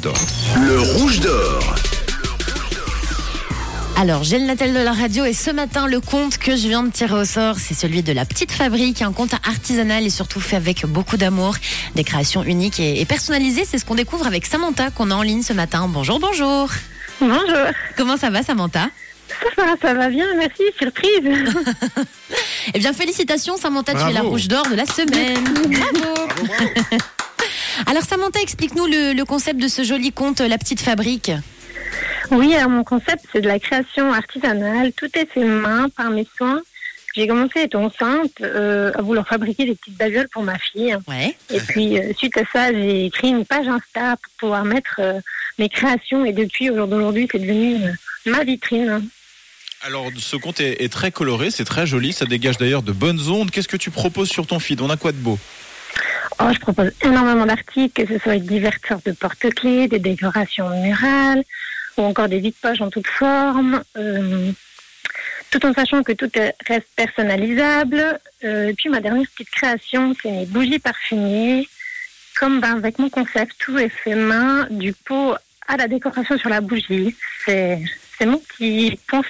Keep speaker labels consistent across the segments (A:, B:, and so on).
A: d'or.
B: Le rouge d'or.
C: Alors, j'ai le Natel de la radio et ce matin, le compte que je viens de tirer au sort, c'est celui de la petite fabrique, un compte artisanal et surtout fait avec beaucoup d'amour, des créations uniques et, et personnalisées. C'est ce qu'on découvre avec Samantha qu'on a en ligne ce matin. Bonjour, bonjour.
D: Bonjour,
C: Comment ça va, Samantha
D: ça va, ça va bien, merci, surprise.
C: Eh bien, félicitations, Samantha, tu es la
A: Bravo.
C: rouge d'or de la semaine. Bravo. Alors, Samantha, explique-nous le, le concept de ce joli compte, la petite fabrique.
D: Oui, alors mon concept, c'est de la création artisanale. Tout est fait main par mes soins. J'ai commencé à être enceinte, euh, à vouloir fabriquer des petites babioles pour ma fille.
C: Ouais.
D: Et puis, euh, suite à ça, j'ai créé une page Insta pour pouvoir mettre euh, mes créations. Et depuis, au jour d'aujourd'hui, c'est devenu euh, ma vitrine.
A: Alors, ce compte est, est très coloré, c'est très joli, ça dégage d'ailleurs de bonnes ondes. Qu'est-ce que tu proposes sur ton feed On a quoi de beau
D: Oh, je propose énormément d'articles, que ce soit avec diverses sortes de porte-clés, des décorations murales, ou encore des vides poches en toutes formes, euh, tout en sachant que tout est- reste personnalisable. Euh, et puis ma dernière petite création, c'est mes bougies parfumées. Comme ben, avec mon concept, tout est fait main, du pot à la décoration sur la bougie. C'est c'est mon petit point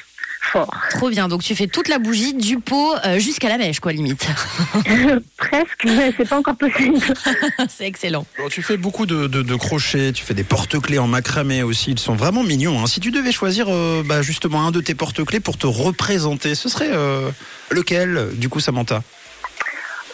D: fort.
C: Trop bien. Donc, tu fais toute la bougie du pot euh, jusqu'à la mèche, quoi, limite.
D: Presque, mais c'est pas encore possible.
C: c'est excellent.
E: Alors, tu fais beaucoup de, de- de crochets, tu fais des porte-clés en macramé aussi, ils sont vraiment mignons. hein. Si tu devais choisir euh, bah, justement un de tes porte-clés pour te représenter, ce serait euh, lequel, du coup, Samantha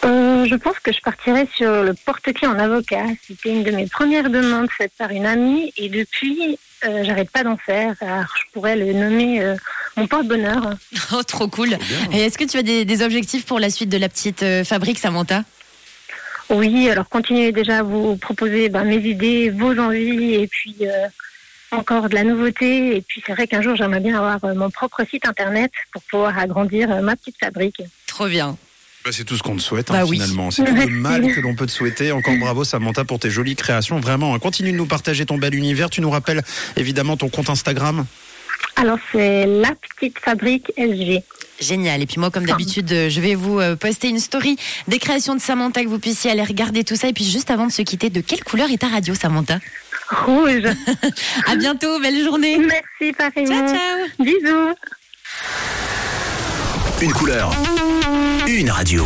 D: Euh, je pense que je partirais sur le porte-clés en avocat. C'était une de mes premières demandes faites par une amie et depuis, euh, j'arrête pas d'en faire. Alors, je pourrais le nommer euh, mon porte-bonheur.
C: Oh, trop cool. Et est-ce que tu as des, des objectifs pour la suite de la petite euh, fabrique, Samantha
D: Oui, alors continuez déjà à vous proposer ben, mes idées, vos envies et puis euh, encore de la nouveauté. Et puis c'est vrai qu'un jour, j'aimerais bien avoir euh, mon propre site internet pour pouvoir agrandir euh, ma petite fabrique.
C: Trop bien.
E: Bah, C'est tout ce qu'on te souhaite,
C: Bah oui.
E: finalement. C'est tout le mal que l'on peut te souhaiter. Encore bravo, Samantha, pour tes jolies créations. Vraiment, hein. continue de nous partager ton bel univers. Tu nous rappelles évidemment ton compte Instagram.
D: Alors c'est la petite fabrique SG.
C: Génial. Et puis moi, comme d'habitude, euh, je vais vous euh, poster une story des créations de Samantha que vous puissiez aller regarder tout ça. Et puis juste avant de se quitter, de quelle couleur est ta radio, Samantha
D: Rouge.
C: À bientôt. Belle journée.
D: Merci Paris.
C: Ciao, ciao.
D: Bisous.
B: Une couleur. Une radio.